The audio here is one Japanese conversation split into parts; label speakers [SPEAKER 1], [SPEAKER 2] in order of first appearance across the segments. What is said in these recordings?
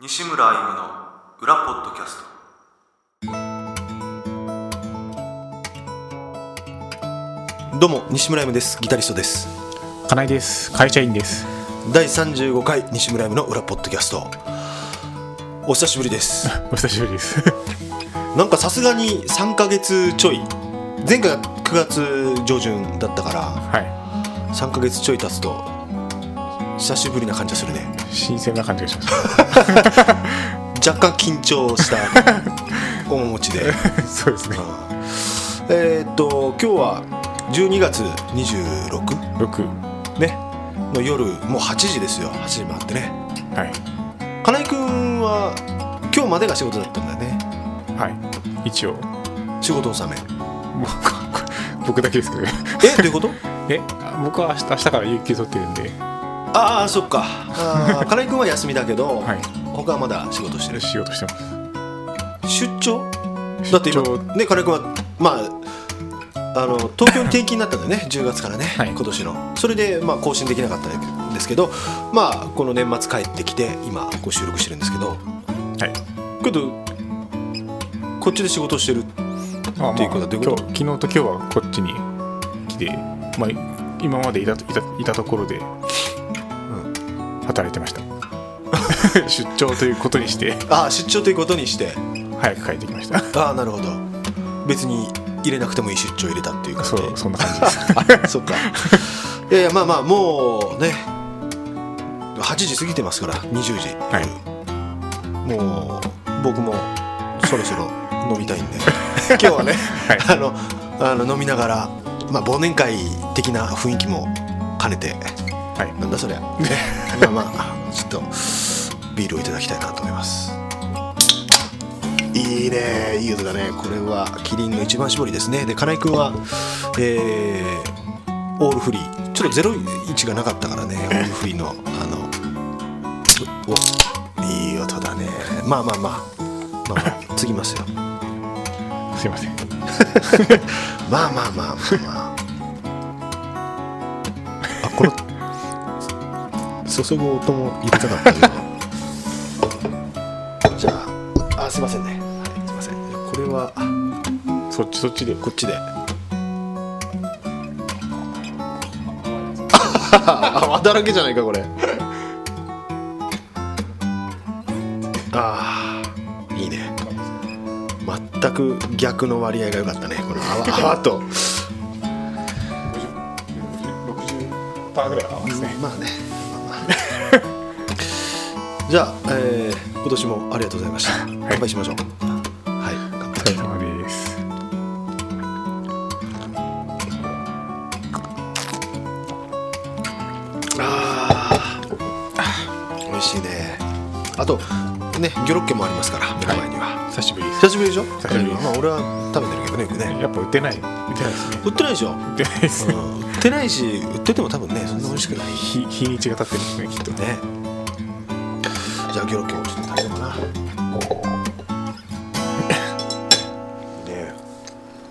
[SPEAKER 1] 西村歩夢の裏ポッドキャスト
[SPEAKER 2] どうも西村 M ですギタリストです
[SPEAKER 3] 金井です会社員です
[SPEAKER 2] 第35回西村 M の裏ポッドキャストお久しぶりです
[SPEAKER 3] お久しぶりです
[SPEAKER 2] なんかさすがに3ヶ月ちょい前回が9月上旬だったか
[SPEAKER 3] は
[SPEAKER 2] ら3ヶ月ちょい経つと久しぶりな感じがするね
[SPEAKER 3] い新鮮な感じがしまし
[SPEAKER 2] 若干緊張した面持ちで、うん
[SPEAKER 3] た そうですね
[SPEAKER 2] えーっと今日は12月26
[SPEAKER 3] 6
[SPEAKER 2] ねの夜もう8時ですよ8時回ってね
[SPEAKER 3] はい
[SPEAKER 2] 金井君は今日までが仕事だったんだよね
[SPEAKER 3] はい一応も
[SPEAKER 2] 仕事納め
[SPEAKER 3] う 僕だけですけど
[SPEAKER 2] えどういうこと
[SPEAKER 3] え僕は明日明日から有給取ってるんで
[SPEAKER 2] ああそっかあー金井君は休みだけど、
[SPEAKER 3] はい
[SPEAKER 2] 他はまだ仕事してるし
[SPEAKER 3] しようとしてます
[SPEAKER 2] 出張だって
[SPEAKER 3] 出張
[SPEAKER 2] 今ね金井君はまああの東京に転勤になったんだよ ね10月からね、
[SPEAKER 3] はい
[SPEAKER 2] 今年のそれで、まあ、更新できなかったんですけどまあこの年末帰ってきて今こう収録してるんですけど
[SPEAKER 3] はい
[SPEAKER 2] けどこっちで仕事してる
[SPEAKER 3] あ
[SPEAKER 2] っていうことはどういうこと
[SPEAKER 3] 今日昨日と今日はこっちに来て、まあ、今までいたいたいたところで、働いてました 出張ということにして
[SPEAKER 2] ああ出張ということにして
[SPEAKER 3] 早く帰ってきま した
[SPEAKER 2] ああなるほど別に入れなくてもいい出張入れたっていう感じ
[SPEAKER 3] そ
[SPEAKER 2] で
[SPEAKER 3] うそんな感じです
[SPEAKER 2] あそっかいやいやまあまあもうね8時過ぎてますから20時、
[SPEAKER 3] はい
[SPEAKER 2] もう僕もそろそろ飲みたい んで今日はね、
[SPEAKER 3] はい
[SPEAKER 2] あのあの飲みながら、まあ、忘年会的な雰囲気も兼ねて
[SPEAKER 3] はい
[SPEAKER 2] なんだそりゃね まあまあちょっとビールをいただきたいなと思いますいいねいい音だねこれはキリンの一番搾りですねで金井君はえーオールフリーちょっと01がなかったから ねオールフリーのあのおいい音だねまあまあまあまあ、まあ、次ますよ
[SPEAKER 3] すいません
[SPEAKER 2] まあまあまあまあま ああこの注ぐ音も入れたかったけど じゃああすいませんね、はい、すいませんこれは
[SPEAKER 3] そっちそっちで
[SPEAKER 2] こっちで あ泡だらけじゃないかこれ あーいいね全く逆の割合が良かったねこの泡泡と
[SPEAKER 3] 60%ぐらいはですね。
[SPEAKER 2] まあね、まあ まあじゃあ、えー今年もありがとうございました。乾杯しましょう。はい、乾
[SPEAKER 3] お
[SPEAKER 2] 杯
[SPEAKER 3] 疲れ様です。
[SPEAKER 2] あー 美味しいね。あと、ね、ギョロッケもありますから、目の前には。
[SPEAKER 3] 久しぶりです
[SPEAKER 2] 久。しぶりでしょ
[SPEAKER 3] 久しぶりです
[SPEAKER 2] まあ、俺は食べてるけどね、よくね。
[SPEAKER 3] やっぱ打てない。打てないですね。
[SPEAKER 2] 売ってないでしょ。
[SPEAKER 3] 打てないです
[SPEAKER 2] う
[SPEAKER 3] ね。
[SPEAKER 2] ん、売ってないし、売ってても多分ね、そんな美味しくない。
[SPEAKER 3] 日日にちが経ってるんですねきっと。
[SPEAKER 2] ね。じゃあギョロッケをちょっと食べようかな。ね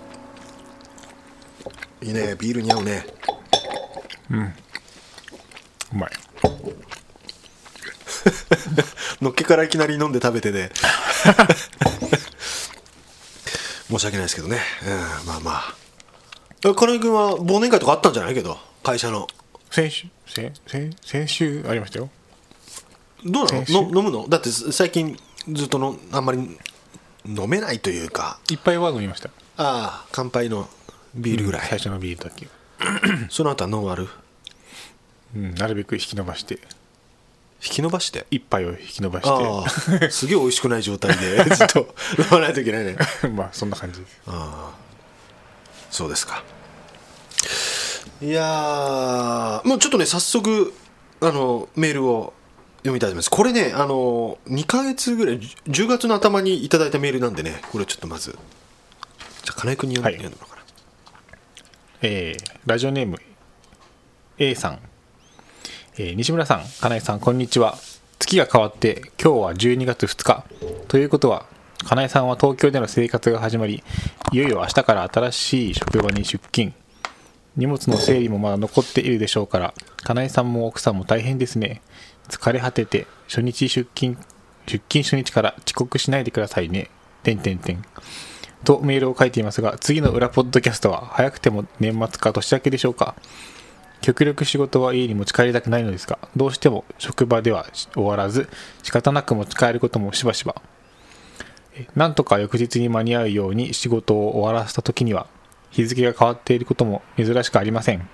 [SPEAKER 2] えいいね、ビールに合うね。
[SPEAKER 3] うまい。
[SPEAKER 2] のっけからいきなり飲んで食べてね。 申し訳ないですけどね。うん、まあまあ。え金井君は忘年会とかあったんじゃないけど、会社の。
[SPEAKER 3] 先週先先先週ありましたよ。
[SPEAKER 2] どうな
[SPEAKER 3] 先週
[SPEAKER 2] のの飲むのだって最近ずっとのあんまり飲めないというか、
[SPEAKER 3] いっぱいは飲みました。
[SPEAKER 2] ああ、乾杯のビールぐらい。
[SPEAKER 3] 最初のビールだけ。
[SPEAKER 2] その後はノンアル引
[SPEAKER 3] うんなるべく引き伸ばして
[SPEAKER 2] き伸ばして
[SPEAKER 3] 一杯を引き伸ば
[SPEAKER 2] あ
[SPEAKER 3] し
[SPEAKER 2] あすげえ美味しくない状態で ずっと飲まないといけないね
[SPEAKER 3] てまあそんな感じです。
[SPEAKER 2] そうですかいやーもうちょっとね早速あのメールを読みたいと思いますこれねあの2ヶ月ぐらいじゅ10月の頭にいただいたメールなんでねこれちょっとまずじゃあ金井君に読ん
[SPEAKER 3] はい
[SPEAKER 2] 読んでもらおうかな
[SPEAKER 3] えーラジオネーム A さん、えー西村さん金井さんこんにちは月が変わって今日は12月2日ということは金井さんは東京での生活が始まりいよいよ明日から新しい職場に出勤荷物の整理もまだ残っているでしょうから金井さんも奥さんも大変ですね疲れ果てて初日出勤出勤初日から遅刻しないでくださいね。てんてんてん。とメールを書いていますが、次の裏ポッドキャストは早くても年末か年明けでしょうか。極力仕事は家に持ち帰りたくないのですが、どうしても職場では終わらず、仕方なく持ち帰ることもしばしば。えなんとか翌日に間に合うように仕事を終わらせた時には、日付が変わっていることも珍しくありません。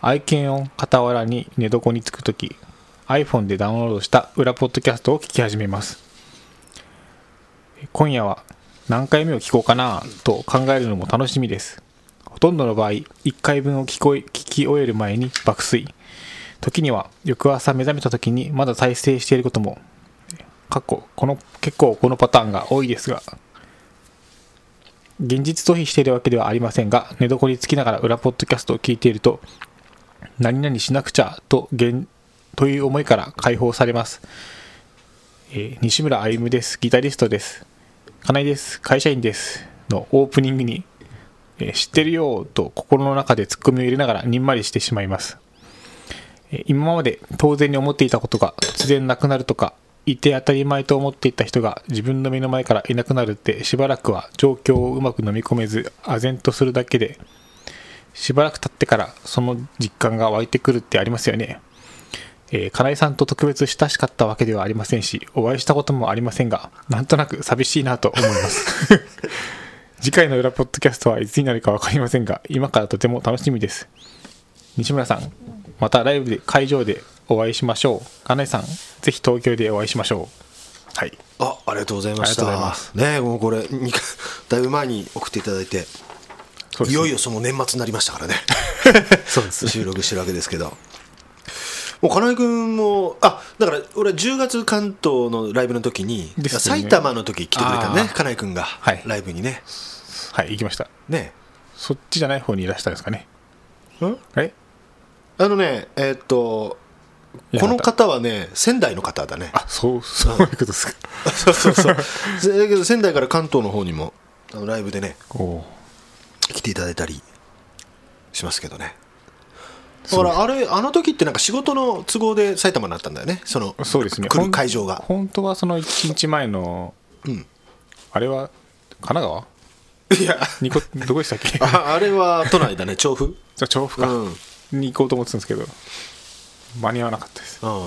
[SPEAKER 3] 愛犬を傍らに寝床につくとき、iPhone でダウンロードした裏ポッドキャストを聞き始めます。今夜は何回目を聞こうかなと考えるのも楽しみです。ほとんどの場合、1回分を聞こえ聞き終える前に爆睡。時には翌朝目覚めた時にまだ再生していることも、過去この結構このパターンが多いですが、現実逃避しているわけではありませんが、寝床につきながら裏ポッドキャストを聞いていると、何々しなくちゃと現という思いから解放されます、えー西村歩夢ですギタリストです金井です会社員ですのオープニングに、えー知ってるよーと心の中でツッコミを入れながらにんまりしてしまいます、えー今まで当然に思っていたことが突然なくなるとかいて当たり前と思っていた人が自分の目の前からいなくなるってしばらくは状況をうまく飲み込めず唖然とするだけでしばらく経ってからその実感が湧いてくるってありますよね。えー、金井さんと特別親しかったわけではありませんし、お会いしたこともありませんが、なんとなく寂しいなと思います。 次回の裏ポッドキャストはいつになるかわかりませんが、今からとても楽しみです。西村さん、またライブで会場でお会いしましょう。金井さん、ぜひ東京でお会いしましょう。はい。
[SPEAKER 2] あありがとうございました
[SPEAKER 3] ありがとうございます
[SPEAKER 2] ねもうこれにだいぶ前に送っていただいて
[SPEAKER 3] そうですね
[SPEAKER 2] いよいよその年末になりましたからね
[SPEAKER 3] そうです
[SPEAKER 2] 収録してるわけですけどもう金井君もあだから俺は10月関東のライブの時に、
[SPEAKER 3] ですよね
[SPEAKER 2] 埼玉の時来てくれた
[SPEAKER 3] あ
[SPEAKER 2] ね
[SPEAKER 3] ー
[SPEAKER 2] 金井君が、
[SPEAKER 3] はい
[SPEAKER 2] ライブにね
[SPEAKER 3] はい、行きました。
[SPEAKER 2] ね
[SPEAKER 3] そっちじゃない方にいらしたんですかね。
[SPEAKER 2] ん
[SPEAKER 3] あれ
[SPEAKER 2] あのねえーっと
[SPEAKER 3] いなかった
[SPEAKER 2] この方はね仙台の方だね
[SPEAKER 3] あ、そう、そういうことですか。
[SPEAKER 2] そうそうそう だけど仙台から関東の方にもあのライブでね
[SPEAKER 3] おー
[SPEAKER 2] 来ていただいたりしますけどねだからあれあの時ってなんか仕事の都合で埼玉になったんだよねその
[SPEAKER 3] そうですね
[SPEAKER 2] 来
[SPEAKER 3] ほ
[SPEAKER 2] る
[SPEAKER 3] ん
[SPEAKER 2] 会場が
[SPEAKER 3] 本当はその1日前の、
[SPEAKER 2] ん
[SPEAKER 3] あれは神奈川
[SPEAKER 2] いや
[SPEAKER 3] にこ どこでしたっけ
[SPEAKER 2] ああれは都内だね調布
[SPEAKER 3] じゃあ調布
[SPEAKER 2] う
[SPEAKER 3] か、
[SPEAKER 2] ん、うん、
[SPEAKER 3] に行こうと思ってたんですけど間に合わなかったです
[SPEAKER 2] な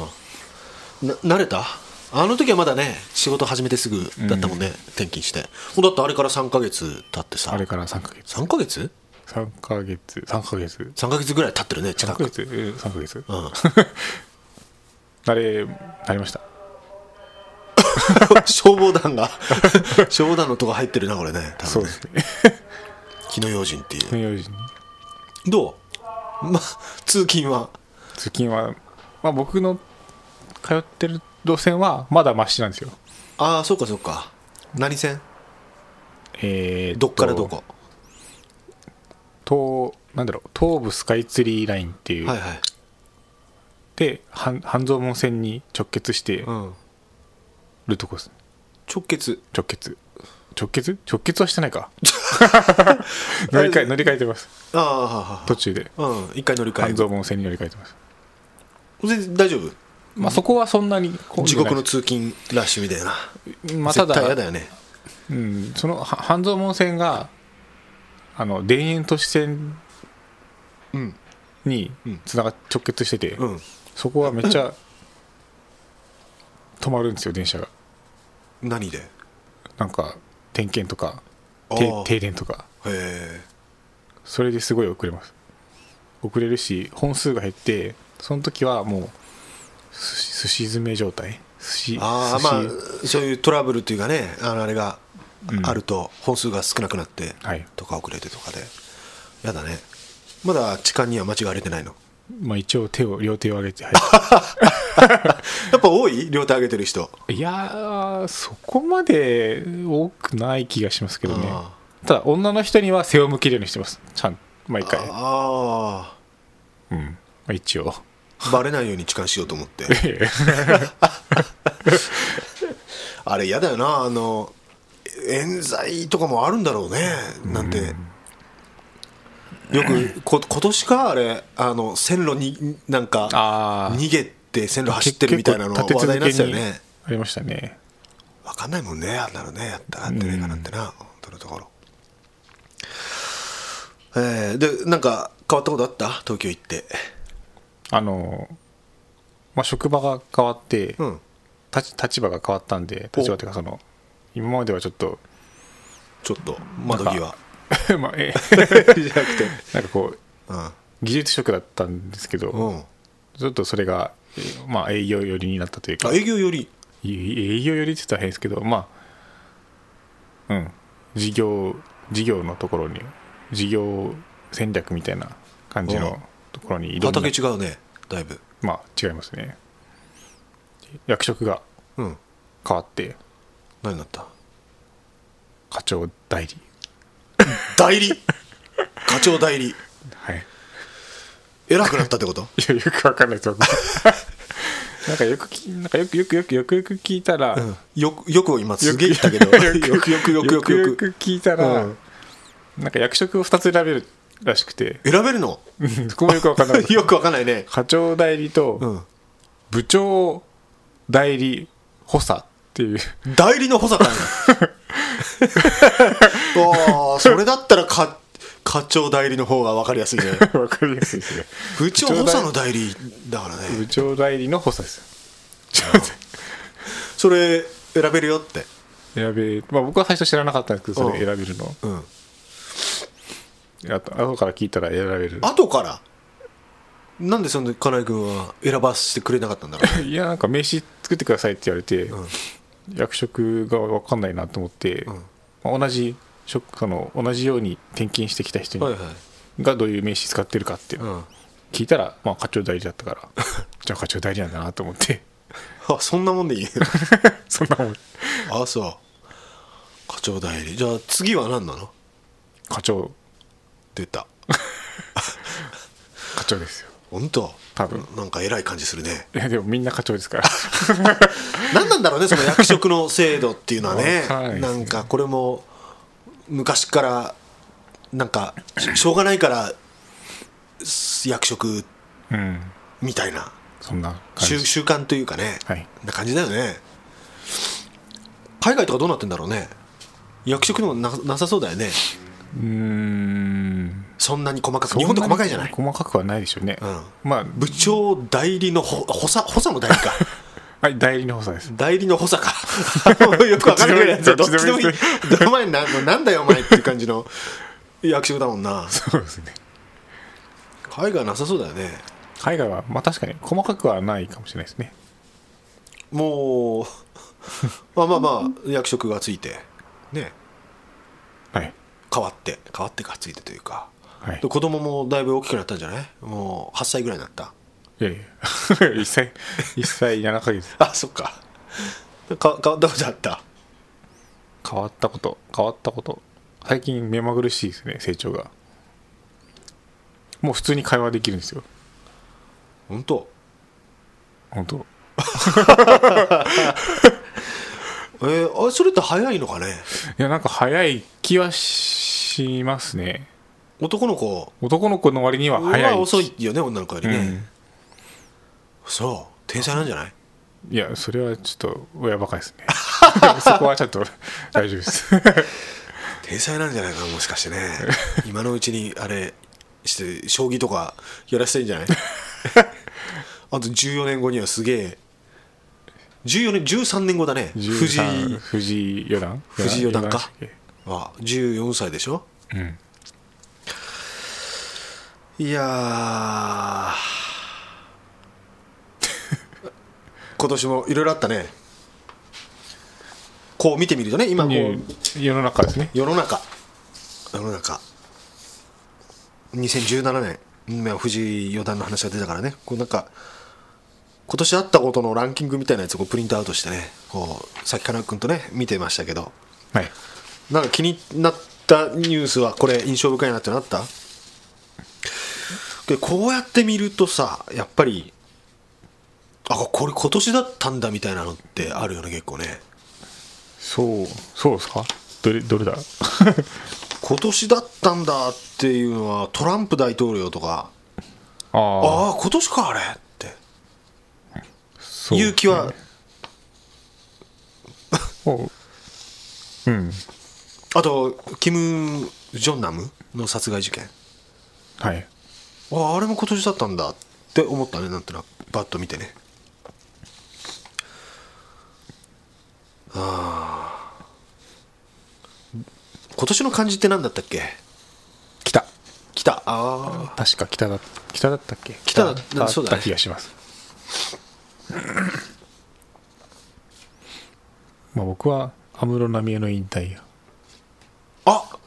[SPEAKER 2] 慣れたあの時はまだね仕事始めてすぐだったもんね、転勤してもうだってあれから3か月経ってさ
[SPEAKER 3] あれから3ヶ月
[SPEAKER 2] 3か月
[SPEAKER 3] 3ヶ月3ヶ月
[SPEAKER 2] ?3 か月ぐらい経ってるね
[SPEAKER 3] 3
[SPEAKER 2] 近
[SPEAKER 3] ヶ
[SPEAKER 2] く、
[SPEAKER 3] 月3ヶ月
[SPEAKER 2] うん、
[SPEAKER 3] 慣れなりました
[SPEAKER 2] 消防団 が消防団のとこ入ってるなこれね多
[SPEAKER 3] そう
[SPEAKER 2] 分
[SPEAKER 3] で
[SPEAKER 2] ね
[SPEAKER 3] すね
[SPEAKER 2] 火の用心っていう
[SPEAKER 3] 金曜時に
[SPEAKER 2] どうま、通勤は。
[SPEAKER 3] 通勤は、まあ、僕の通ってる路線はまだマシなんですよ
[SPEAKER 2] ああ、そうかそうか。何線
[SPEAKER 3] えー
[SPEAKER 2] どっからどこ
[SPEAKER 3] 東なんだろう東武スカイツリーラインっていう、
[SPEAKER 2] はいはい。
[SPEAKER 3] で半半蔵門線に直結して
[SPEAKER 2] うん。
[SPEAKER 3] るとこです
[SPEAKER 2] 直結。
[SPEAKER 3] 直結直結直結はしてないか 乗り換え乗り換えてます
[SPEAKER 2] ああ、は
[SPEAKER 3] 途中で
[SPEAKER 2] あはあうん。一回乗り
[SPEAKER 3] 半
[SPEAKER 2] 換
[SPEAKER 3] 蔵門線に乗り換えてます、
[SPEAKER 2] え。全然大丈夫
[SPEAKER 3] まあ、そこはそんなに混んで
[SPEAKER 2] 地
[SPEAKER 3] ない
[SPEAKER 2] 獄の通勤ラッシュみたいな。
[SPEAKER 3] まあ、た
[SPEAKER 2] 絶対
[SPEAKER 3] だ
[SPEAKER 2] 嫌だよね。
[SPEAKER 3] うん、そのは半蔵門線があの田園都市線
[SPEAKER 2] うん。
[SPEAKER 3] に
[SPEAKER 2] うん
[SPEAKER 3] つなが直結してて、
[SPEAKER 2] うん。
[SPEAKER 3] そこはめっちゃ止まるんですよ電車が
[SPEAKER 2] 何でへ
[SPEAKER 3] なんか点検とかて
[SPEAKER 2] あー
[SPEAKER 3] 停電とか
[SPEAKER 2] え。
[SPEAKER 3] それですごい遅れます遅れるし本数が減ってその時はもうすしすし詰め状態すし
[SPEAKER 2] ああ、
[SPEAKER 3] すし
[SPEAKER 2] まあ、そういうトラブルっていうかね、あのあれが
[SPEAKER 3] うん
[SPEAKER 2] あると、本数が少なくなって、
[SPEAKER 3] はい
[SPEAKER 2] とか遅れてとかで。やだね。まだ痴漢には間違われてないの。
[SPEAKER 3] まあ、一応手を両手を上げて、は
[SPEAKER 2] やっぱ多い両手上げてる人。
[SPEAKER 3] い、いやーそこまで多くない気がしますけどね
[SPEAKER 2] あ
[SPEAKER 3] ただ女の人には背を向けるようにしてますちゃん毎回、ま
[SPEAKER 2] ああ。
[SPEAKER 3] あ、一応
[SPEAKER 2] バレないように痴漢しようと思ってあれ嫌だよなあの冤罪とかもあるんだろうねなんてよくこ今年かあれあの線路になんか
[SPEAKER 3] あー
[SPEAKER 2] 逃げて線路走ってるみたいなの
[SPEAKER 3] 結構
[SPEAKER 2] 話題
[SPEAKER 3] 立て
[SPEAKER 2] になっ
[SPEAKER 3] 続
[SPEAKER 2] てた
[SPEAKER 3] け
[SPEAKER 2] よ
[SPEAKER 3] に
[SPEAKER 2] ね
[SPEAKER 3] ありましたね
[SPEAKER 2] 分かんないもんねあんなのねやったらやってねえかなってな、本当のところえー、でなんか変わったことあった東京行って
[SPEAKER 3] あの、まあ、職場が変わって、
[SPEAKER 2] うん
[SPEAKER 3] 立ち立場が変わったんで
[SPEAKER 2] お
[SPEAKER 3] 立場というかその今まではちょ っと
[SPEAKER 2] ちょっと窓際
[SPEAKER 3] なんまあえ
[SPEAKER 2] じゃなくて
[SPEAKER 3] なんかこう
[SPEAKER 2] う
[SPEAKER 3] 技術職だったんですけど、
[SPEAKER 2] ん、うん、
[SPEAKER 3] ちょっとそれが、えーまあ、営業寄りになったというか
[SPEAKER 2] あ営業より
[SPEAKER 3] い営業寄りって言ったら変ですけどまあうん事業事業のところに事業戦略みたいな感じ
[SPEAKER 2] うん
[SPEAKER 3] のところに移動にな
[SPEAKER 2] 畑違うねだいぶ
[SPEAKER 3] まあ違いますね役職が
[SPEAKER 2] うん
[SPEAKER 3] 変わって
[SPEAKER 2] 何になった
[SPEAKER 3] 課長代理
[SPEAKER 2] 代理課長代理
[SPEAKER 3] はいい
[SPEAKER 2] 偉くなったってこと
[SPEAKER 3] やよくわかんない ですよなんかよくきなんかよくよくよくよくよく聞いたら、
[SPEAKER 2] うんよくよくを今すげえ言ったけど よくよくよくよくよく
[SPEAKER 3] 聞いたら、
[SPEAKER 2] うん
[SPEAKER 3] なんか役職を2つ選べるらしくて
[SPEAKER 2] 選べるの
[SPEAKER 3] うんそこもよくわか んなかった
[SPEAKER 2] よくわかんないね
[SPEAKER 3] 課長代理
[SPEAKER 2] う
[SPEAKER 3] と
[SPEAKER 2] ん
[SPEAKER 3] 部長代理補佐っ ていう、
[SPEAKER 2] 代理の補佐 官ああそれだったらか課長代理の方が分かりやすいね
[SPEAKER 3] わかりやすいですね
[SPEAKER 2] 部長
[SPEAKER 3] 部長代
[SPEAKER 2] 補佐の代理だからね
[SPEAKER 3] 部長代理の補佐ですちょっと待って
[SPEAKER 2] それ選べるよって
[SPEAKER 3] 選べ、まあ、僕は最初知らなかったんですけどそれ選べるの
[SPEAKER 2] うん
[SPEAKER 3] あと後から聞いたら選べる
[SPEAKER 2] 後からなんでそんな金井君は選ばせてくれなかったんだろう
[SPEAKER 3] いやなんか名刺作ってくださいって言われて、役職が分かんないなと思って、まあ同じ職その同じように転勤してきた人に、
[SPEAKER 2] はいはい
[SPEAKER 3] がどういう名刺使ってるかっていうのを
[SPEAKER 2] うん
[SPEAKER 3] 聞いたら、まあ、課長代理だったから じゃあ課長代理なんだなと思って
[SPEAKER 2] あそんなもんでいい
[SPEAKER 3] そんなもん
[SPEAKER 2] あそう課長代理じゃあ次は何なの
[SPEAKER 3] 課長
[SPEAKER 2] 出た
[SPEAKER 3] 課長ですよ
[SPEAKER 2] 本当
[SPEAKER 3] 多分
[SPEAKER 2] なんか偉い感じするね
[SPEAKER 3] いやでもみんな課長です から
[SPEAKER 2] 何なんだろうねその役職の制度っていうのはね
[SPEAKER 3] わからないですね
[SPEAKER 2] なんかこれも昔からなんかししょうがないからす役職
[SPEAKER 3] うん
[SPEAKER 2] みたいな
[SPEAKER 3] そんな感
[SPEAKER 2] 習
[SPEAKER 3] じ
[SPEAKER 2] 習慣というかね、
[SPEAKER 3] はい
[SPEAKER 2] な感じだよね海外とかどうなってんだろうね役職でもななさそうだよね
[SPEAKER 3] うーん
[SPEAKER 2] そんなに細かく日本って細かいじゃない
[SPEAKER 3] 細かくはないでしょうね、
[SPEAKER 2] うん
[SPEAKER 3] まあ
[SPEAKER 2] 部長代理のほ補佐補佐の代理 か
[SPEAKER 3] はい代理の補佐です
[SPEAKER 2] 代理の補佐か よくわかんないやつだど
[SPEAKER 3] ど
[SPEAKER 2] っ
[SPEAKER 3] っ
[SPEAKER 2] ち
[SPEAKER 3] ち
[SPEAKER 2] で
[SPEAKER 3] で
[SPEAKER 2] も
[SPEAKER 3] も
[SPEAKER 2] い
[SPEAKER 3] い
[SPEAKER 2] いお前
[SPEAKER 3] い
[SPEAKER 2] ななんだよお前っていう感じの役職だもんな
[SPEAKER 3] そうですね
[SPEAKER 2] 海外なさそうだよね
[SPEAKER 3] 海外はまあ確かに細かくはないかもしれないですね
[SPEAKER 2] もうまあまあまあ役職がついてね
[SPEAKER 3] はい
[SPEAKER 2] 変わって変わってかついてというか
[SPEAKER 3] はい
[SPEAKER 2] で子供もだいぶ大きくなったんじゃないもう8歳ぐらいになった
[SPEAKER 3] いやいや 一歳一歳7ヶ月
[SPEAKER 2] あそっかか変わったことあった
[SPEAKER 3] 変わったこと変わったこと最近目まぐるしいですね成長がもう普通に会話できるんですよ
[SPEAKER 2] 本当
[SPEAKER 3] 本当
[SPEAKER 2] えー、あそれって早いのかね
[SPEAKER 3] いやなんか早い気はしますね
[SPEAKER 2] 男の子
[SPEAKER 3] 男の子の割には早い
[SPEAKER 2] は遅いよね女の子よりね、
[SPEAKER 3] うん
[SPEAKER 2] そう天才なんじゃない
[SPEAKER 3] いやそれはちょっと親バカです ねそこはちょっと大丈夫です
[SPEAKER 2] 天才なんじゃないかなもしか してね今のうちにあれして将棋とかやらせたいんじゃ ないあと14年後にはすげえ14年13年後だね藤
[SPEAKER 3] 13
[SPEAKER 2] 井
[SPEAKER 3] 藤井四段
[SPEAKER 2] 藤井四段か
[SPEAKER 3] 四でし
[SPEAKER 2] は14歳でしょ
[SPEAKER 3] たっけうん
[SPEAKER 2] いやー 今年もいろいろあったねこう見てみるとね今こう
[SPEAKER 3] 世の中ですね
[SPEAKER 2] 世の中世の中2017年まあ藤井四段の話が出たからねこうなんか今年あったことのランキングみたいなやつをこうプリントアウトしてねこうさっきかな君とね見てましたけど
[SPEAKER 3] はい
[SPEAKER 2] なんか気になったニュースはこれ印象深いなってなったでこうやって見るとさやっぱりあこれ今年だったんだみたいなのってあるよね結構ね
[SPEAKER 3] そうそうですかどれどれだ
[SPEAKER 2] 今年だったんだっていうのはトランプ大統領とか
[SPEAKER 3] ああ
[SPEAKER 2] ああ今年かあれって
[SPEAKER 3] そう
[SPEAKER 2] 勇気は
[SPEAKER 3] おううん
[SPEAKER 2] あとキム・ジョンナムの殺害事件
[SPEAKER 3] はい
[SPEAKER 2] ああれも今年だったんだって思ったねなんとなくバッと見てねああ今年の漢字って何だったっけ
[SPEAKER 3] 北
[SPEAKER 2] 北ああ
[SPEAKER 3] 確か北だ北だったっけ
[SPEAKER 2] 北だ
[SPEAKER 3] 北だ
[SPEAKER 2] そう
[SPEAKER 3] っ
[SPEAKER 2] だ
[SPEAKER 3] た
[SPEAKER 2] ね
[SPEAKER 3] 気がします、 まあ僕は安室奈美恵の引退や
[SPEAKER 2] あ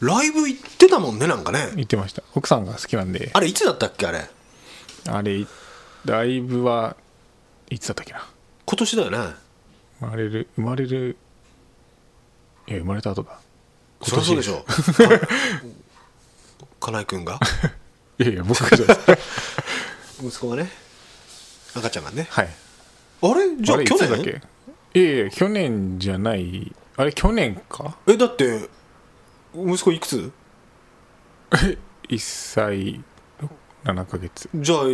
[SPEAKER 2] ライブ行ってたもんねなんかね
[SPEAKER 3] 言ってました奥さんが好きなんで
[SPEAKER 2] あれいつだったっけあれ
[SPEAKER 3] あれライブはいつだったっけな
[SPEAKER 2] 今年だよね
[SPEAKER 3] 生まれる生まれるいや生まれた後だ
[SPEAKER 2] そりゃそうでし ょかなえ君が
[SPEAKER 3] いやいや僕じゃないです
[SPEAKER 2] 息子がね赤ちゃんがね
[SPEAKER 3] は
[SPEAKER 2] あ
[SPEAKER 3] い
[SPEAKER 2] れじゃあ
[SPEAKER 3] あれい
[SPEAKER 2] 去
[SPEAKER 3] つだっ
[SPEAKER 2] 年
[SPEAKER 3] けいやいや去年じゃないあれ去年か
[SPEAKER 2] えだって息子いくつ
[SPEAKER 3] 1歳7ヶ月
[SPEAKER 2] じゃあ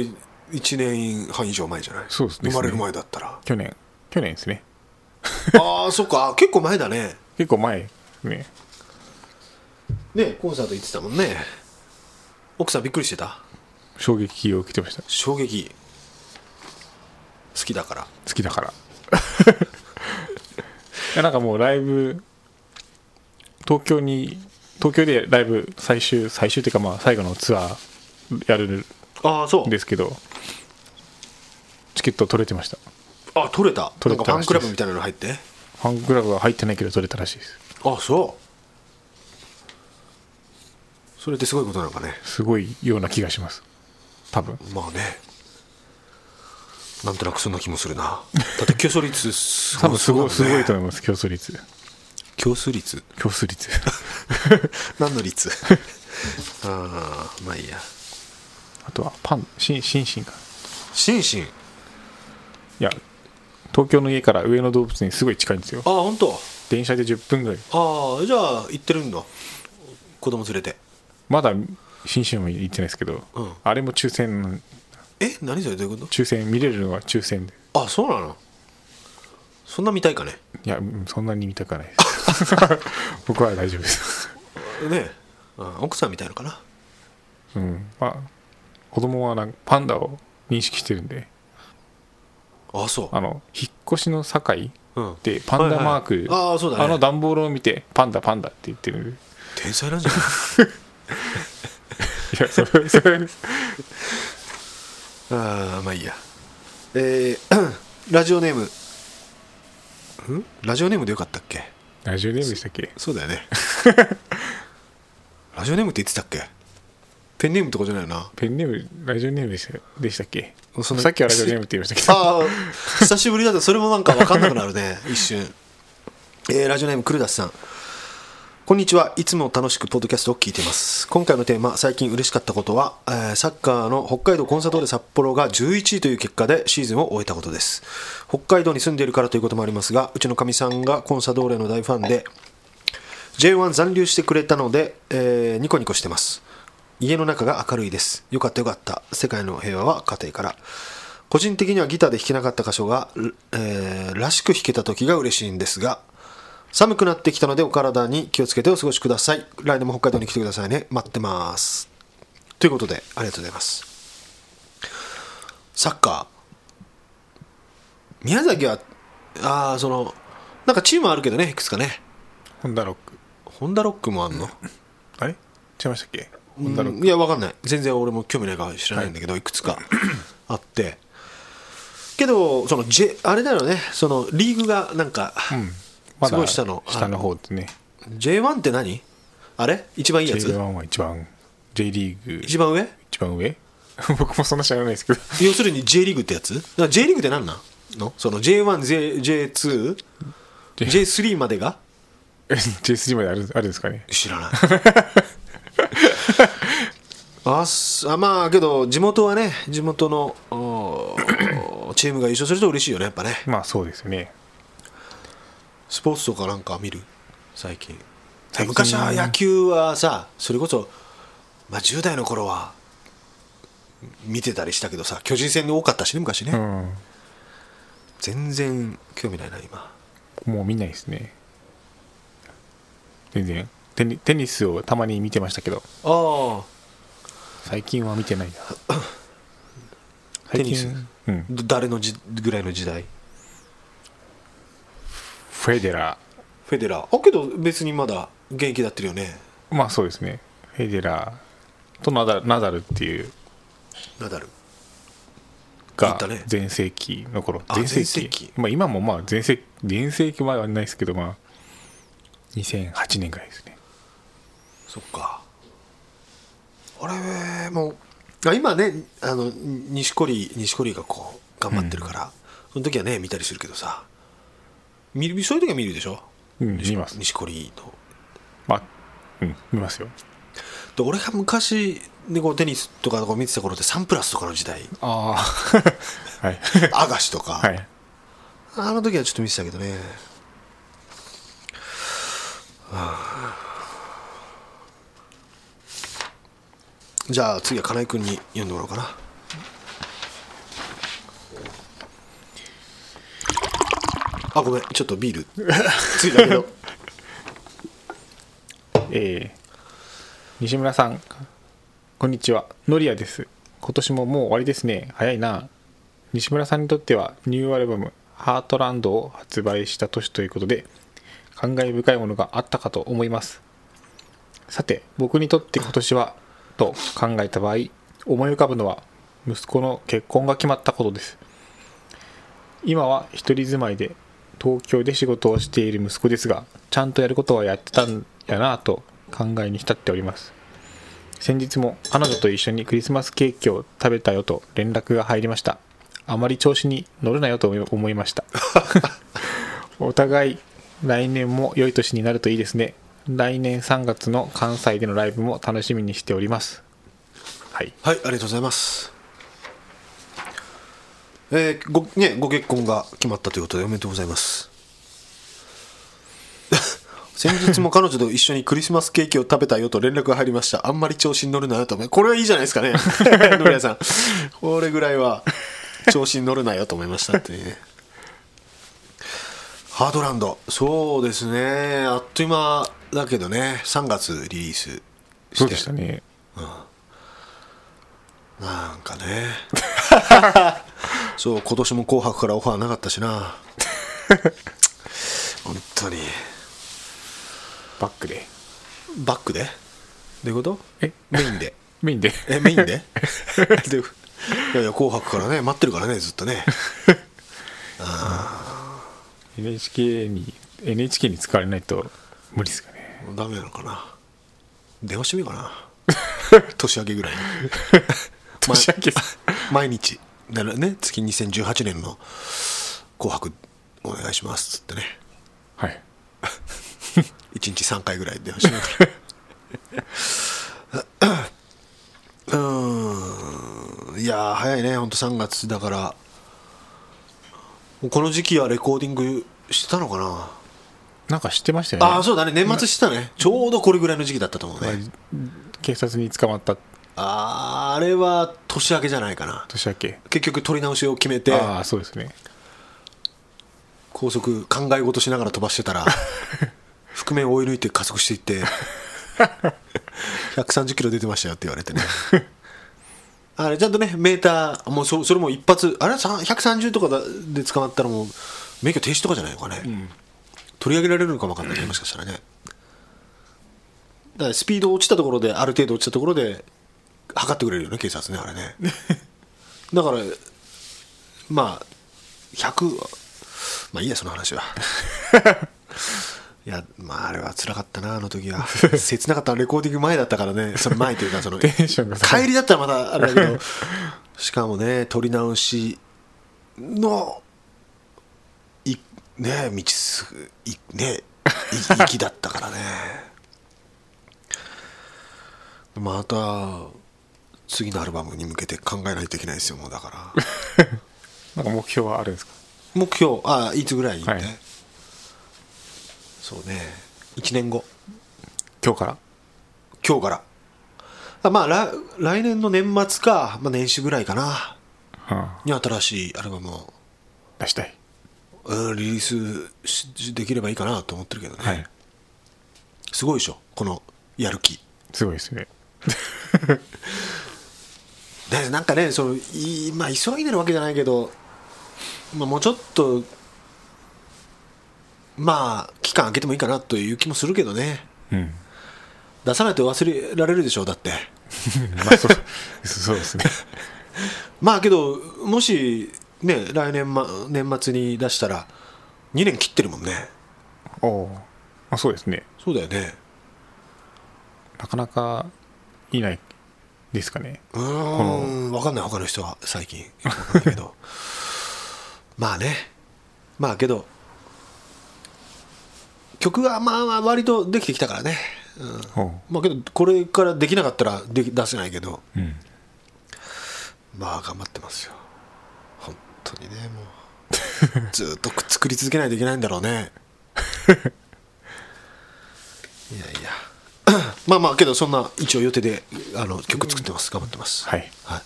[SPEAKER 2] 1年半以上前じゃない
[SPEAKER 3] そうですね
[SPEAKER 2] 生まれる前だったら
[SPEAKER 3] 去年去年ですね
[SPEAKER 2] ああそっか結構前だね
[SPEAKER 3] 結構前ね
[SPEAKER 2] ねコンサート行ってたもんね奥さんびっくりしてた
[SPEAKER 3] 衝撃を受けてました
[SPEAKER 2] 衝撃好きだから
[SPEAKER 3] 好きだから いやなんかもうライブ東京に東京でライブ最終最終っていうかまあ最後のツアーやる
[SPEAKER 2] ああそ
[SPEAKER 3] んですけどチケット取れてました
[SPEAKER 2] あ取れた
[SPEAKER 3] 取れた
[SPEAKER 2] なんかファンクラブみたいなの入って
[SPEAKER 3] ファンクラブは入ってないけど取れたらしいです
[SPEAKER 2] ああそうそれってすごいことなのかね
[SPEAKER 3] すごいような気がします多分
[SPEAKER 2] まあねなんとなくそんな気もするなだって競争率す
[SPEAKER 3] 多分すごい
[SPEAKER 2] そ
[SPEAKER 3] す
[SPEAKER 2] うだもん
[SPEAKER 3] ご
[SPEAKER 2] ね
[SPEAKER 3] いと思います競争率
[SPEAKER 2] 競争 率
[SPEAKER 3] 競 争率
[SPEAKER 2] 何の率 ああまあいいや
[SPEAKER 3] あとはパンシンシンシンか
[SPEAKER 2] シンシン
[SPEAKER 3] いや東京の家から上野動物園すごい近いんですよ
[SPEAKER 2] ああ本当
[SPEAKER 3] 電車で10分ぐらい
[SPEAKER 2] ああじゃあ行ってるんだ子供連れて
[SPEAKER 3] まだ新春も行ってないですけど、
[SPEAKER 2] うん
[SPEAKER 3] あれも抽選
[SPEAKER 2] え何それどういうこ
[SPEAKER 3] 抽選見れるのは抽選で
[SPEAKER 2] とあそうなのそんな見たいかね
[SPEAKER 3] いやうんそんなに見たくはないです 僕は大丈夫です
[SPEAKER 2] ねうん奥さんみたいのかな
[SPEAKER 3] うんまあ子供はなんかパンダを認識してるんで
[SPEAKER 2] ああそ
[SPEAKER 3] あの引っ越しの境
[SPEAKER 2] う、うん、
[SPEAKER 3] でパンダマーク、
[SPEAKER 2] はいはいあーそうだね
[SPEAKER 3] の段ボールを見てパンダパンダって言ってるんで
[SPEAKER 2] 天才なんじゃない
[SPEAKER 3] いやそれそれ
[SPEAKER 2] ああまあいいやえー ラジオネームんラジオネームでよかったっけ
[SPEAKER 3] ラジオネームでしたっけ
[SPEAKER 2] そうだよねラジオネームって言ってたっけペンネームとかじゃないよな
[SPEAKER 3] ペンネームラジオネームでしたでしたっけ
[SPEAKER 2] その
[SPEAKER 3] さっきはラジオネームって言いましたけど
[SPEAKER 2] ああ久しぶりだとそれもなんか分かんなくなるね一瞬、えーラジオネームクルダスさんこんにちはいつも楽しくポッドキャストを聞いています今回のテーマ最近嬉しかったことは、えーサッカーの北海道コンサドーレ札幌が11位という結果でシーズンを終えたことです北海道に住んでいるからということもありますがうちのかみさんがコンサドーレの大ファンで J1 残留してくれたので、えーニコニコしてます家の中が明るいですよかったよかった世界の平和は家庭から個人的にはギターで弾けなかった箇所が、えーらしく弾けた時が嬉しいんですが寒くなってきたのでお体に気をつけてお過ごしください来年も北海道に来てくださいね待ってますということでありがとうございますサッカー宮崎はああそのなんかチームあるけどねいくつかね
[SPEAKER 3] ホンダロック
[SPEAKER 2] ホンダロックもあんの、
[SPEAKER 3] あれ違いましたっけホンダロッ
[SPEAKER 2] うんいやわかんない全然俺も興味ないから知らないんだけど、い、くつかあってけどその、J、あれだよねそのリーグがなんか、
[SPEAKER 3] うんまだ
[SPEAKER 2] すごい下の
[SPEAKER 3] 下の方ですね
[SPEAKER 2] J1 って何あれ一番いいやつ
[SPEAKER 3] J1 は一番 J リーグ
[SPEAKER 2] 一番上
[SPEAKER 3] 一番上 僕もそんな知らないですけど
[SPEAKER 2] 要するに J リーグってやつだから J リーグって何なんのその J1J2J3 までが
[SPEAKER 3] J3 まであるあるんですかね
[SPEAKER 2] 知 らないあすあまあけど地元はね地元のおーチームが優勝すると嬉しいよねやっぱね
[SPEAKER 3] まあそうですよね
[SPEAKER 2] スポーツとかなんか見る最近
[SPEAKER 3] 最近
[SPEAKER 2] 昔は野球はさそれこそ、まあ、10代の頃は見てたりしたけどさ巨人戦で多かったしね昔ね、
[SPEAKER 3] うん
[SPEAKER 2] 全然興味ないな今
[SPEAKER 3] もう見ないですね全然テニテニスをたまに見てましたけど
[SPEAKER 2] ああ
[SPEAKER 3] 最近は見てないな
[SPEAKER 2] テニス
[SPEAKER 3] 最近うん
[SPEAKER 2] ど誰のじぐらいの時代
[SPEAKER 3] フェデラ
[SPEAKER 2] フェデラーあけど別にまだ現役だってるよね
[SPEAKER 3] ーまあそうですねフェデラーとナダルナダルっていう
[SPEAKER 2] ナダル言
[SPEAKER 3] が
[SPEAKER 2] ったね
[SPEAKER 3] 全盛期の頃
[SPEAKER 2] あ
[SPEAKER 3] 全盛期
[SPEAKER 2] 全盛期
[SPEAKER 3] まあ、今もまあ全盛期全盛期前はないですけどまあ2008年ぐらいですね
[SPEAKER 2] そっかあれもうあ今ねあの錦織錦織がこう頑張ってるから、その時はね見たりするけどさ見るそういう時は見るでしょ
[SPEAKER 3] うん見ます
[SPEAKER 2] 錦織の
[SPEAKER 3] まあうん見ますよ
[SPEAKER 2] で俺が昔でこうテニスとかこう見てた頃ってサンプラスとかの時代
[SPEAKER 3] ああ はい
[SPEAKER 2] アガシとか、
[SPEAKER 3] はい
[SPEAKER 2] あの時はちょっと見てたけどねじゃあ次は金井君に読んでもらおうかなあごめんちょっとビールついたけど
[SPEAKER 3] えー西村さんこんにちはノリアです今年ももう終わりですね早いな西村さんにとってはニューアルバム「ハートランド」を発売した年ということで感慨深いものがあったかと思いますさて僕にとって今年はと考えた場合思い浮かぶのは息子の結婚が決まったことです今は一人住まいで東京で仕事をしている息子ですがちゃんとやることはやってたんやなぁと考えに浸っております先日も彼女と一緒にクリスマスケーキを食べたよと連絡が入りましたあまり調子に乗るなよと思いました お互い来年も良い年になるといいですね来年3月の関西でのライブも楽しみにしておりますはい
[SPEAKER 2] はいありがとうございますえーごね、ご結婚が決まったということでおめでとうございます 先日も彼女と一緒にクリスマスケーキを食べたよと連絡が入りましたあんまり調子に乗るなよと思いこれはいいじゃないですかね 野村さんこれぐらいは調子に乗るなよと思いましたっていうねハードランドそうですねあっという間だけどね3月リリースし
[SPEAKER 3] そうで
[SPEAKER 2] て
[SPEAKER 3] したね
[SPEAKER 2] なんかね そう今年も「紅白」からオファーなかったしな本当に
[SPEAKER 3] バックで
[SPEAKER 2] バックでどういうこと
[SPEAKER 3] え
[SPEAKER 2] メインで
[SPEAKER 3] メインで
[SPEAKER 2] えメインででいやいや「紅白」からね待ってるからねずっとね
[SPEAKER 3] NHK に NHK に使われないと無理ですかね
[SPEAKER 2] ダメなのかな電話してみようかな年明けぐらいに
[SPEAKER 3] 年明けさ
[SPEAKER 2] 毎日だからね月2018年の「紅白」お願いしますっつってね
[SPEAKER 3] はい
[SPEAKER 2] 1日3回ぐらい電話しながらうーんいやー早いねほんと3月だからもうこの時期はレコーディングしてたのかな、
[SPEAKER 3] なんか知ってましたよね
[SPEAKER 2] ああそうだね年末してたねちょうどこれぐらいの時期だったと思うね、
[SPEAKER 3] 警察に捕まった
[SPEAKER 2] あーあれは年明けじゃないかな
[SPEAKER 3] 年明け
[SPEAKER 2] 結局取り直しを決めて
[SPEAKER 3] ああそうですね
[SPEAKER 2] 高速考え事しながら飛ばしてたら覆面を追い抜いて加速していって130キロ出てましたよって言われてねあれちゃんとねメーターもうそそれも一発あれさ130とかだで捕まったらもう免許停止とかじゃないのかね、取り上げられるのかもわかんないねもしかしたらねだからスピード落ちたところである程度落ちたところで測ってくれるよね警察ねあれねだからまあ100はまあいいやその話はいやまああれは辛かったなあの時は切なかったレコーディング前だったからねその前というかその
[SPEAKER 3] テンションが下がる
[SPEAKER 2] 帰りだったらまだあれだけどしかもね撮り直しのいね道すぐいねい行きだったからね また次のアルバムに向けて考えないといけないですよもうだから
[SPEAKER 3] なんか目標はあるんですか
[SPEAKER 2] 目標あいつぐらいにね、
[SPEAKER 3] はい
[SPEAKER 2] そうね1年後
[SPEAKER 3] 今日から
[SPEAKER 2] 今日からあまあら来年の年末か、まあ、年始ぐらいかな
[SPEAKER 3] はあ
[SPEAKER 2] に新しいアルバムを
[SPEAKER 3] 出したい
[SPEAKER 2] うんリリースしできればいいかなと思ってるけどね、
[SPEAKER 3] はい
[SPEAKER 2] すごいでしょこのやる気
[SPEAKER 3] すごいですね
[SPEAKER 2] だからなんかねそのいまあ、急いでるわけじゃないけど、まあ、もうちょっとまあ期間空けてもいいかなという気もするけどね
[SPEAKER 3] うん
[SPEAKER 2] 出さないと忘れられるでしょだって
[SPEAKER 3] まあそうそう ですね
[SPEAKER 2] まあけどもしね来年、ま、年末に出したら2年切ってるもんね
[SPEAKER 3] おーまあそうですね
[SPEAKER 2] そうだよね
[SPEAKER 3] なかなかいないですかね
[SPEAKER 2] うーん分かんない他の人は最近分かんないけど まあねまあけど曲はまあまあ割とできてきたからね、うん、
[SPEAKER 3] おー
[SPEAKER 2] まあけどこれからできなかったらでき出せないけど
[SPEAKER 3] うん
[SPEAKER 2] まあ頑張ってますよ本当にねもう ずーっとく作り続けないといけないんだ ろうねいやいや まあまあけどそんな一応予定であの曲作ってます頑張ってます
[SPEAKER 3] はい
[SPEAKER 2] はい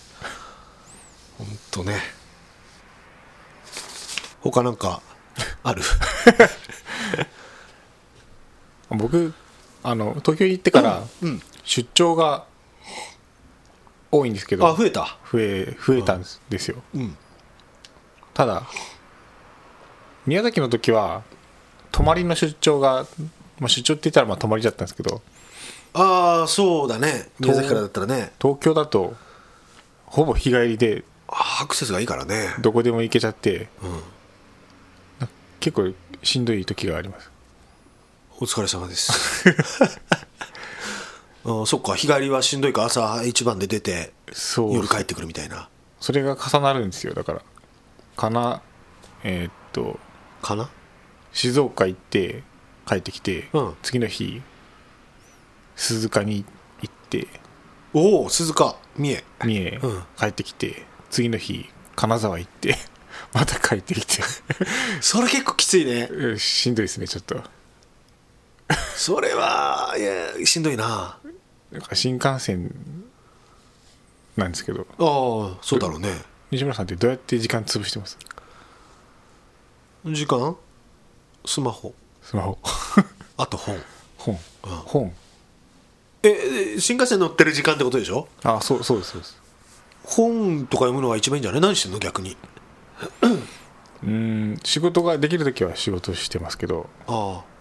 [SPEAKER 2] 本当ね他なんかある
[SPEAKER 3] 僕あの東京に行ってから出張が多いんですけど、
[SPEAKER 2] あ増えた
[SPEAKER 3] 増え増えたんですですよ、
[SPEAKER 2] うん
[SPEAKER 3] ただ宮崎の時は泊まりの出張が、まあ、出張って言ったらまあ泊まりだったんですけど
[SPEAKER 2] ああそうだね宮崎からだったらね
[SPEAKER 3] 東京だとほぼ日帰りで
[SPEAKER 2] あアクセスがいいからね
[SPEAKER 3] どこでも行けちゃって、な結構しんどい時があります
[SPEAKER 2] お疲れ様です。 あそっか、日帰りはしんどいから朝一番で出て、
[SPEAKER 3] そう
[SPEAKER 2] 夜帰ってくるみたいな。
[SPEAKER 3] それが重なるんですよだからかなえーっと
[SPEAKER 2] かな
[SPEAKER 3] 静岡行って帰ってきて、
[SPEAKER 2] うん
[SPEAKER 3] 次の日鈴鹿に行って
[SPEAKER 2] おお、鈴鹿、三重。
[SPEAKER 3] 三重
[SPEAKER 2] うん
[SPEAKER 3] 帰ってきて、次の日金沢行って また帰ってき て
[SPEAKER 2] それ結構きついね。
[SPEAKER 3] うんしんどいですねちょっと
[SPEAKER 2] それは、いや、しんどいな。あ
[SPEAKER 3] なんか新幹線なんですけど
[SPEAKER 2] あ、そうだろうね。
[SPEAKER 3] 西村さんってどうやって時間潰してます
[SPEAKER 2] 時間スマホ。
[SPEAKER 3] スマホ
[SPEAKER 2] あと本。
[SPEAKER 3] 本、
[SPEAKER 2] ん
[SPEAKER 3] 本
[SPEAKER 2] え、え新幹線乗ってる時間ってことでしょ
[SPEAKER 3] あそうそうですそうです
[SPEAKER 2] 本とか読むのが一番いいんじゃない何してんの逆に。
[SPEAKER 3] うーん仕事ができる時は仕事してますけど
[SPEAKER 2] ああ。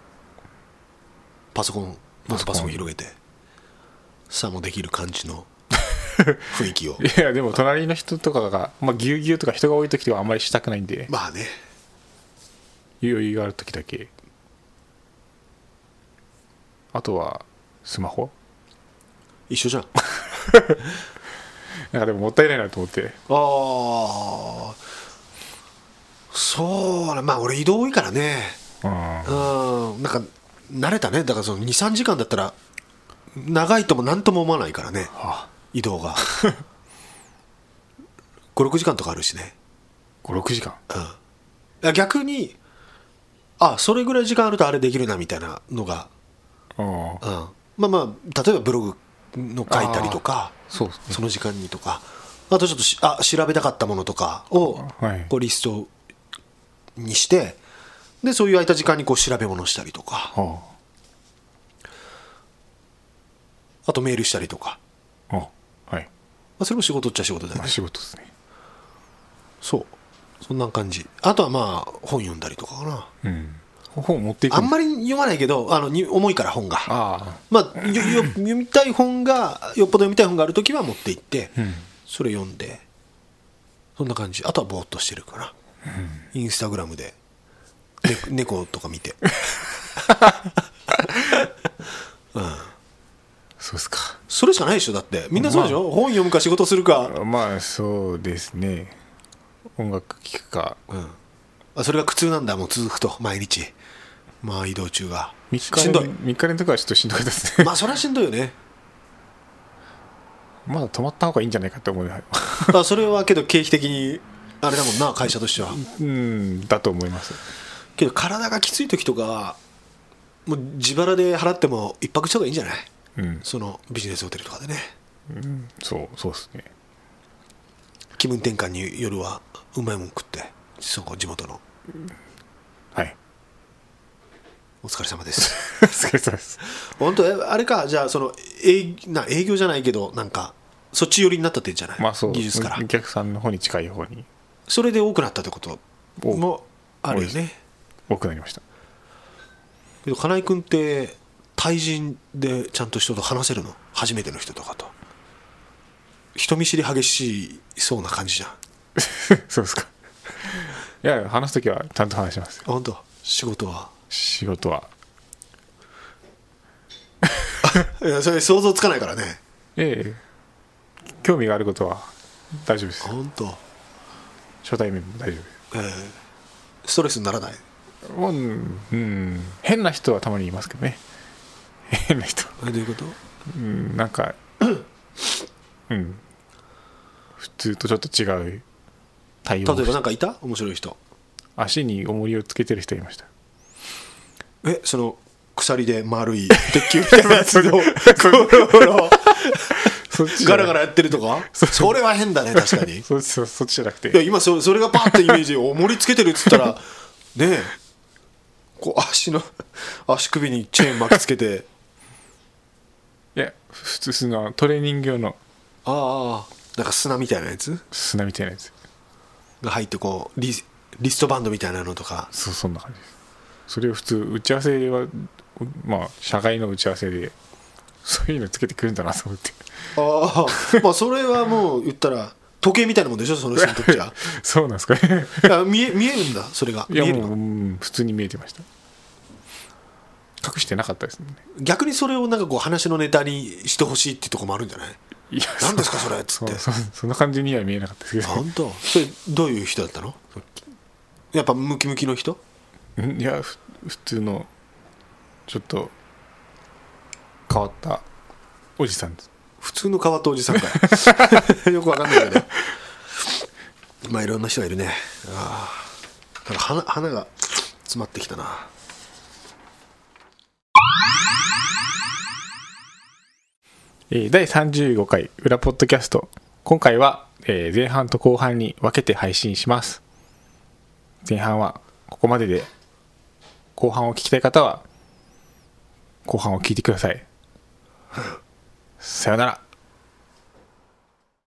[SPEAKER 2] パソコン、ノートパソコ
[SPEAKER 3] パソコ
[SPEAKER 2] ン
[SPEAKER 3] ン
[SPEAKER 2] 広げて、さもできる感じの雰囲気を。
[SPEAKER 3] いやでも隣の人とかが、まあ、ぎゅうぎゅうとか人が多い時とかあんまりしたくないんで
[SPEAKER 2] まあね、
[SPEAKER 3] 余裕がある時だけあとはスマホ
[SPEAKER 2] 一緒じゃん。
[SPEAKER 3] なんかでももったいないなと思って
[SPEAKER 2] ああそうねまあ俺移動多いからね
[SPEAKER 3] うん
[SPEAKER 2] うんなんか慣れたねだからその23時間だったら長いとも何とも思わないからね
[SPEAKER 3] あ
[SPEAKER 2] 移動が56時間とかあるしね、
[SPEAKER 3] 56時間
[SPEAKER 2] うん、逆にあそれぐらい時間あるとあれできるなみたいなのが、
[SPEAKER 3] あ
[SPEAKER 2] う
[SPEAKER 3] あ
[SPEAKER 2] ん、まあまあ例えばブログの書いたりとか
[SPEAKER 3] そうです
[SPEAKER 2] その
[SPEAKER 3] ね
[SPEAKER 2] 時間にとか、あとちょっとしあ調べたかったものとかを
[SPEAKER 3] はい
[SPEAKER 2] こうリストにして、でそういう空いた時間にこう調べ物したりとか、
[SPEAKER 3] あ
[SPEAKER 2] あとメールしたりとか、
[SPEAKER 3] あああはい、
[SPEAKER 2] まあ、それも仕事っちゃ仕事だよ
[SPEAKER 3] まあ、
[SPEAKER 2] ね。
[SPEAKER 3] 仕事ですね
[SPEAKER 2] そう。そんな感じ。あとはまあ本読んだりとかかな。
[SPEAKER 3] うん本持っていく
[SPEAKER 2] あん
[SPEAKER 3] り
[SPEAKER 2] まり読まないけど、あのに重いから本が。
[SPEAKER 3] あ
[SPEAKER 2] まあ、よよ読みたい本が、よっぽど読みたい本があるときは持って行って、
[SPEAKER 3] あうん
[SPEAKER 2] それ読んでそんな感じあとはぼーっとしてるから、インスタグラムで、ね、猫とか見て
[SPEAKER 3] そうですか
[SPEAKER 2] それしかないでしょだってみんなそうでしょ、本読むか仕事するか、
[SPEAKER 3] まあそうですね音楽聴くか
[SPEAKER 2] うんあそれが苦痛なんだもう続くと毎日まあ移動中が
[SPEAKER 3] 3日
[SPEAKER 2] しんどい
[SPEAKER 3] 3日連続はちょっとしんどかったですね
[SPEAKER 2] まあそれはしんどいよね
[SPEAKER 3] まだ止まった方がいいんじゃないかって思う
[SPEAKER 2] だからそれはけど経費的にあれだもんな会社としては
[SPEAKER 3] うんだと思います
[SPEAKER 2] けど体がきつい時とかはもう自腹で払っても一泊した方がいいんじゃない
[SPEAKER 3] うん
[SPEAKER 2] そのビジネスホテルとかでね
[SPEAKER 3] そうそうですね
[SPEAKER 2] 気分転換に夜はうまいもん食ってそこ地元の
[SPEAKER 3] はい。
[SPEAKER 2] お疲れ様です
[SPEAKER 3] お疲れ様です。
[SPEAKER 2] 本当えあれかじゃあその営な営業じゃないけどなんかそっち寄りになったってんじゃない、
[SPEAKER 3] まあそう、
[SPEAKER 2] 技術から
[SPEAKER 3] お客さんの方に近い方に
[SPEAKER 2] それで多くなったってこと
[SPEAKER 3] お
[SPEAKER 2] もあるよ
[SPEAKER 3] 多いで
[SPEAKER 2] ね
[SPEAKER 3] 多くなりました。
[SPEAKER 2] けど金井君って対人でちゃんと人と話せるの初めての人とかと人見知り激しそうな感じじゃんあ
[SPEAKER 3] そうですか。いや、話すときはちゃんと話しますよ。
[SPEAKER 2] 本当仕事は
[SPEAKER 3] 仕事は。
[SPEAKER 2] いやそれ想像つかないからね
[SPEAKER 3] ええ。興味があることは大丈夫ですよ。
[SPEAKER 2] 本当
[SPEAKER 3] 初対面も大丈夫です。
[SPEAKER 2] えーストレスにならない
[SPEAKER 3] もううんうん、変な人はたまにいますけどね変な人、
[SPEAKER 2] えどういうこと
[SPEAKER 3] うん、なんかうん普通とちょっと違う対応を
[SPEAKER 2] 例えばなんかいた面白い人
[SPEAKER 3] 足に重りをつけてる人いました
[SPEAKER 2] えその鎖で丸 い鉄球みたいなやつをゴロゴロ
[SPEAKER 3] そっちじ
[SPEAKER 2] ガ
[SPEAKER 3] ゃない
[SPEAKER 2] ラガラやってるとかそれは変だね確かにい
[SPEAKER 3] そそそっちじゃなく
[SPEAKER 2] や
[SPEAKER 3] て
[SPEAKER 2] 今そそれがパーってイメージ おもりつけてるっつったらねえこう足の足首にチェーン巻きつけて
[SPEAKER 3] いや普通そのトレーニング用の
[SPEAKER 2] ああなんか砂みたいなやつ
[SPEAKER 3] 砂みたいなやつ
[SPEAKER 2] が入ってこうリリストバンドみたいなのとか
[SPEAKER 3] そうそんな感じですそれを普通打ち合わせはまあ社外の打ち合わせでそういうのつけてくるんだなと思って
[SPEAKER 2] ああまあそれはもう言ったら時計みたいなもんでしょその人にとっち ゃ
[SPEAKER 3] そうなんですかね
[SPEAKER 2] いや見え見えるんだそれが
[SPEAKER 3] い
[SPEAKER 2] 見
[SPEAKER 3] や
[SPEAKER 2] えるの
[SPEAKER 3] もう、うん普通に見えてました隠してなかったですもんね
[SPEAKER 2] 逆にそれをなんかこう話のネタにしてほしいってとこもあるんじゃない
[SPEAKER 3] いや
[SPEAKER 2] 何ですかそれっつ
[SPEAKER 3] そ
[SPEAKER 2] っ
[SPEAKER 3] う
[SPEAKER 2] て
[SPEAKER 3] そうそんな感じには見えなかったですけど
[SPEAKER 2] 本当それどういう人だったのやっぱムキムキの人
[SPEAKER 3] うんいやふ普通のちょっと変わったおじさんです
[SPEAKER 2] 普通の川戸おじさんか よよくわかんないけどまあいろんな人がいるねああなんか花花が詰まってきたな
[SPEAKER 3] えー第35回裏ポッドキャスト今回は、えー前半と後半に分けて配信します前半はここまでで後半を聞きたい方は後半を聞いてくださいさよなら